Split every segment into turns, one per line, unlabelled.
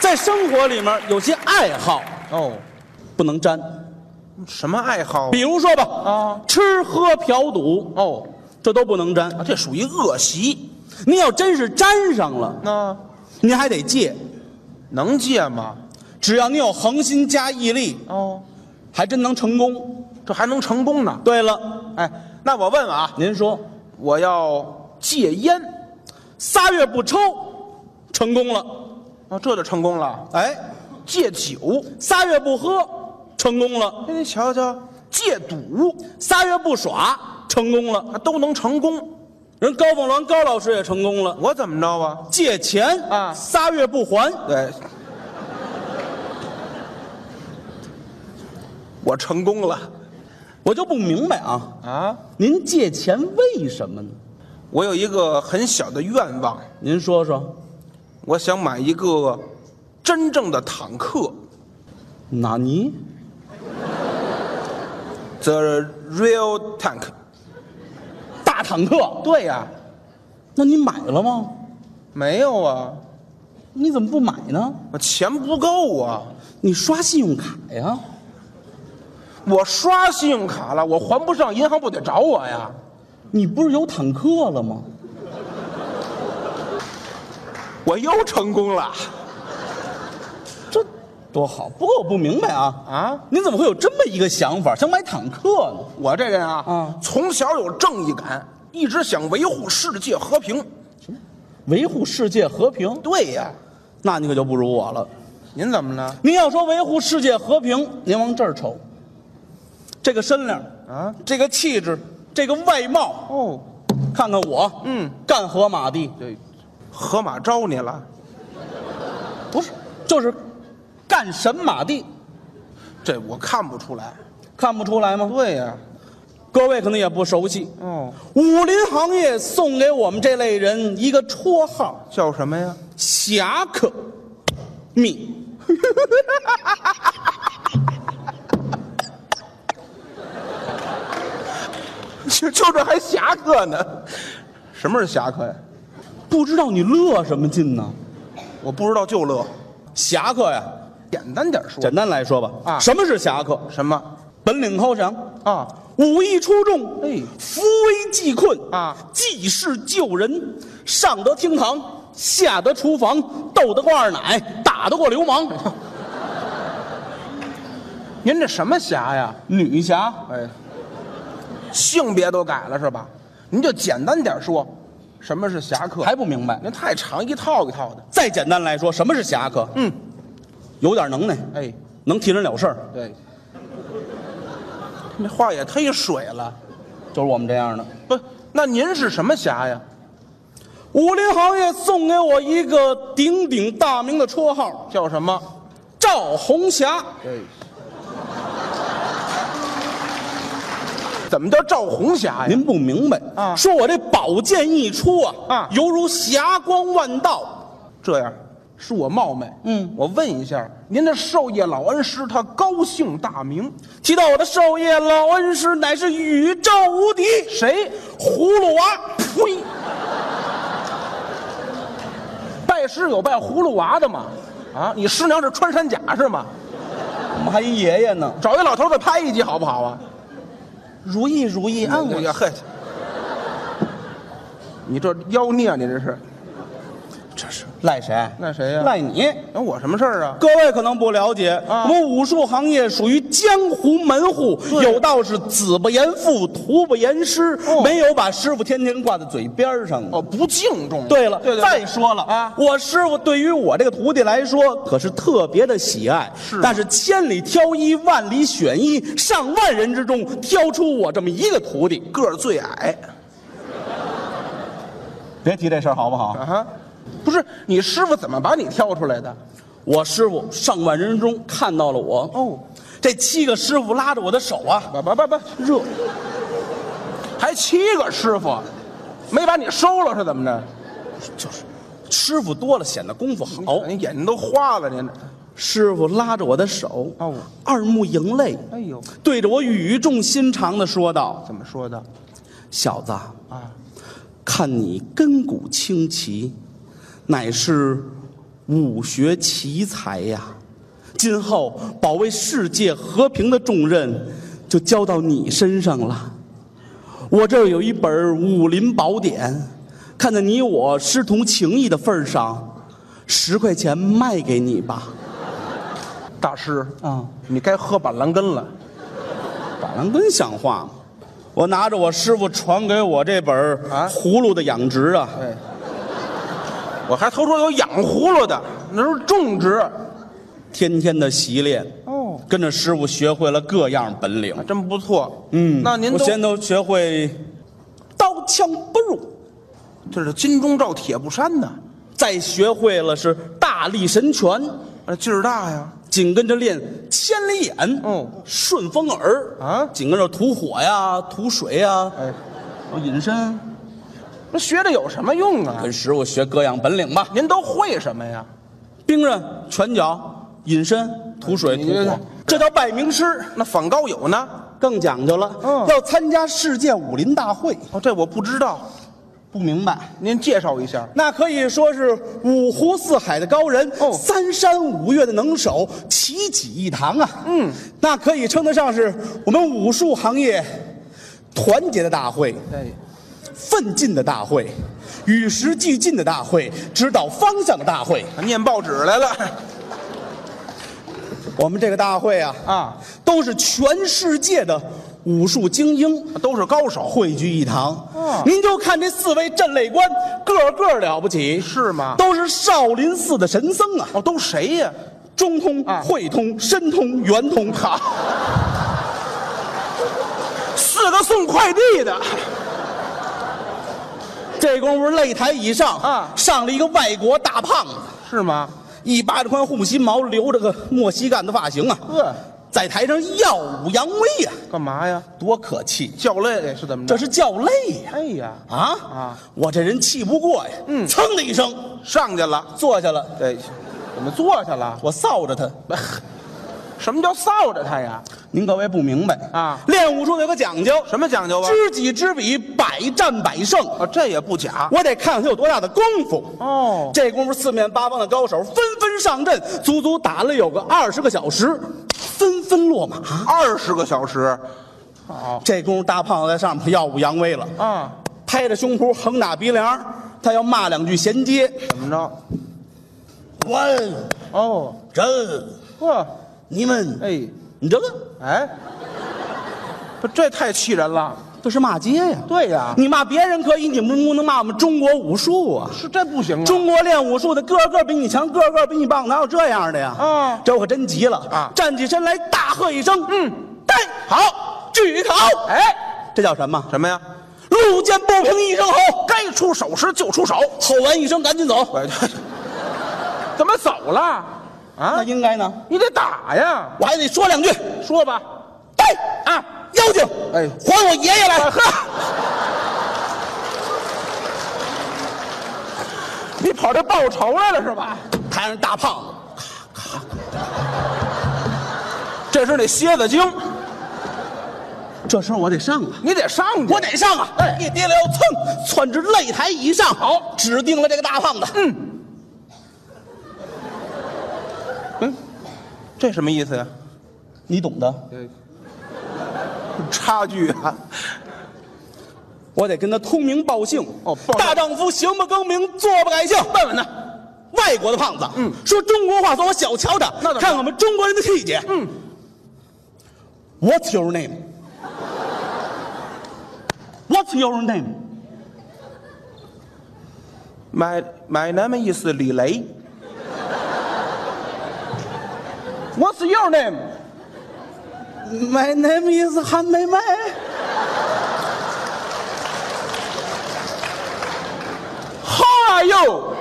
在生活里面有些爱好
哦，
不能沾，
什么爱好？
比如说吧，
啊
吃喝嫖赌，
哦，
这都不能沾。
啊，这属于恶习。
您要真是沾上了，
那
您还得戒。
能戒吗？
只要您有恒心加毅力，
哦，
还真能成功。
这还能成功呢？
对了，
哎，那我问问啊，
您说，
我要戒烟，
仨月不抽，成功了；
哦，这就成功了。
哎，
戒酒，
仨月不喝，成功了；
哎，您瞧瞧，戒赌
仨月不耍，成功了。
啊都能成功，
人高凤鸾高老师也成功了，
我怎么着啊？
借钱
啊
仨月不还，
对， 我成功了
我就不明白啊，
啊！
您借钱为什么呢？
我有一个很小的愿望，
您说说，
我想买一个真正的坦克
纳尼？
，the real tank。
大坦克？
对呀、
那你买了吗？
没有啊，
你怎么不买呢？
我钱不够啊，
你刷信用卡呀？
我刷信用卡了，我还不上，银行不得找我呀？
你不是有坦克了吗？
我又成功了
这多好！不过我不明白啊，
啊！
您怎么会有这么一个想法，想买坦克呢？
我这人啊，
啊
从小有正义感，一直想维护世界和平。
维护世界和平，
对呀、
那你可就不如我了。
您怎么了？
您要说维护世界和平，您往这儿瞅，这个身量
啊，
这个气质，这个外貌，
哦，
看看我，
嗯，
干河马的
对，河马招你了，
不是，就是干神马的，
这我看不出来。
看不出来吗？
对呀、
各位可能也不熟悉，
哦，
武林行业送给我们这类人一个绰号。
叫什么呀？
侠客，密，
就就这还侠客呢？什么是侠客呀？
不知道你乐什么劲呢？
我不知道，就乐。
侠客呀，
简单点说，
简单来说吧，
啊
什么是侠客？
什么
本领高强，
啊？
武艺出众，
哎
扶危济困
啊
济世救人，上得厅堂，下得厨房，斗得过二奶，打得过流 氓，
您这什么侠呀？
女侠
哎，性别都改了是吧？您就简单点说，什么是侠客？
还不明白？
您太长，一套一套的。
再简单来说，什么是侠客？
嗯，
有点能耐，
哎，
能替人了事儿，
对，那话也忒水了。
就是我们这样的。
不，那您是什么侠呀？
武林行业送给我一个鼎鼎大名的绰号
叫什么？
——赵红霞。
对，怎么叫赵红霞呀？
您不明白
啊
说我这宝剑一出啊，
啊
犹如霞光万道。
这样，恕我冒昧，
嗯
我问一下，您的授业老恩师他高姓大名？
提到我的授业老恩师，乃是宇宙无敌
谁？
葫芦娃。
呸！拜师有拜葫芦娃的吗？啊，你师娘是穿山甲是吗？
我们还一爷爷呢，
找一老头再拍一集好不好啊？
如意如意安
哎
我。
呀嘿，你这妖孽，啊你这是？
这是赖谁？啊
赖谁呀
赖你。
那我什么事儿啊？
各位可能不了解，
啊
我们武术行业属于江湖门户，有道是子不言父，徒不言师，
哦
没有把师傅天天挂在嘴边儿上的。
哦，不敬重。
对了，
对对
再说了
啊
我师傅对于我这个徒弟来说可是特别的喜爱，
是
但是千里挑一，万里选一，上万人之中挑出我这么一个徒弟，
个儿最矮
别提这事儿好不好？
啊哈，不是你师傅怎么把你挑出来的？
我师傅上万人中看到了我，
哦，
这七个师傅拉着我的手啊，
不不不不，
热。
还七个师傅，没把你收了是怎么着？
就是师傅多了显得功夫好。
您眼睛都花了，您这。
师傅拉着我的手，
哦
二目盈泪，
哎呦，
对着我语重心长地说道
怎么说的？：“
小子，
啊，
看你根骨清奇，乃是武学奇才呀、今后保卫世界和平的重任就交到你身上了。我这儿有一本《武林宝典》，看在你我师同情谊的份儿上，十块钱卖给你吧。
大师，
啊，
你该喝板蓝根了。
板蓝根像话吗？我拿着我师傅传给我这本儿
啊
葫芦的养殖啊，
哎，我还偷说有养葫芦的，那时候种植。
天天的习练，
哦，
跟着师傅学会了各样本领
还。真不错。
嗯，
那您
我
都
先都学会刀枪不入，
这是金钟罩铁布衫呢，
再学会了是大力神拳，
啊，劲儿大呀。
紧跟着练千里眼，
哦
顺风耳
啊
紧跟着吐火呀、吐水呀，
哎，
哦隐身。
那学这有什么用啊
跟？师傅学各样本领吧，
您都会什么呀？
兵刃、拳脚、隐身、吐水、
啊你
吐
这
火，这叫拜名师，
那反高友呢？
更讲究了。
嗯
要参加世界武林大会，
哦，这我不知道，
不明白。
您介绍一下。
那可以说是五湖四海的高人，
哦
三山五岳的能手，齐聚一堂啊。嗯，那可以称得上是我们武术行业团结的大会，
哎，
奋进的大会，与时俱进的大会，指导方向的大会。
念报纸来了
我们这个大会啊，
啊，
都是全世界的武术精英
啊都是高手。
汇聚一堂。
哦
您就看这四位镇擂官，个个了不起，
是吗
都是少林寺的神僧啊。
哦，都谁呀？
中通、
啊
汇通、申通、圆通，好，
四个送快递的。
这功夫擂台以上
啊
上了一个外国大胖子，
是吗？
一巴掌宽护心毛，留着个莫西干的发型啊，
呵，
在台上耀武扬威呀、
干嘛呀？
多可气！
叫累是怎么着？
这是叫累呀、
哎呀，
啊！
嗯啊
我这人气不过呀，嗯，噌的一声
上去了。
坐下了，
哎，怎么坐下了？
我臊 着他。
什么叫臊着他呀？
您各位不明白
啊
练武术有个讲究，
什么讲究啊？
知己知彼，百战百胜。
啊，这也不假。
我得看看他有多大的功夫。
哦，
这功夫，四面八方的高手纷纷上阵，足足打了有个二十个小时，纷纷落马。
二十个小时。好
这功夫，大胖子在上面耀武扬威了，
啊，
拍着胸脯，横打鼻梁，他要骂两句衔接。
怎么着？
关
哦，
真，
呵，
你们，
哎
你这个
哎，不，这太气人了。
这是骂街呀！
对呀，
你骂别人可以，你们不能骂我们中国武术啊！
是这不行啊。
中国练武术的个个比你强，个个比你棒，哪有这样的呀？
嗯
这我可真急了
啊
站起身来，大喝一声：“
嗯，
带好，举考！”
哎，
这叫什么？
什么呀？
路见不平一声吼，
该出手时就出手。
吼完一声赶紧走。
哎， 怎么走了？啊
那，应该呢？
你得打呀。
我还得说两句，
说吧。
带
啊，
妖精，
哎
还我爷爷来！
呵，你跑这报仇来了是吧？
台上大胖子，
这是那蝎子精，
这时候我得上啊，
你得上去。
我得上啊！
哎
一提溜，噌，窜至擂台以上，
好
指定了这个大胖子。
这什么意思呀？
你懂的，
差距啊！
我得跟他通名报姓。
哦报姓
大丈夫行不更名，坐不改姓。
问问他，
外国的胖子，嗯，说中国话，说我小瞧他，
那怎么
看我们中国人的气节。嗯，What's your name? What's your name?
买买那么意思，李雷。What's your name？
My name is 韩梅梅。
How are you？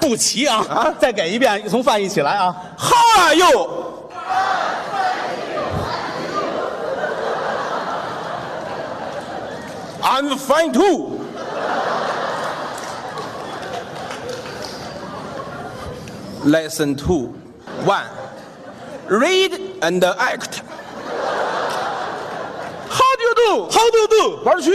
不齐啊！啊，再给一遍，从翻译起来啊。
How are you？I'm fine too。Lesson two, one, read and act. How do you do？
How do you do?
玩去，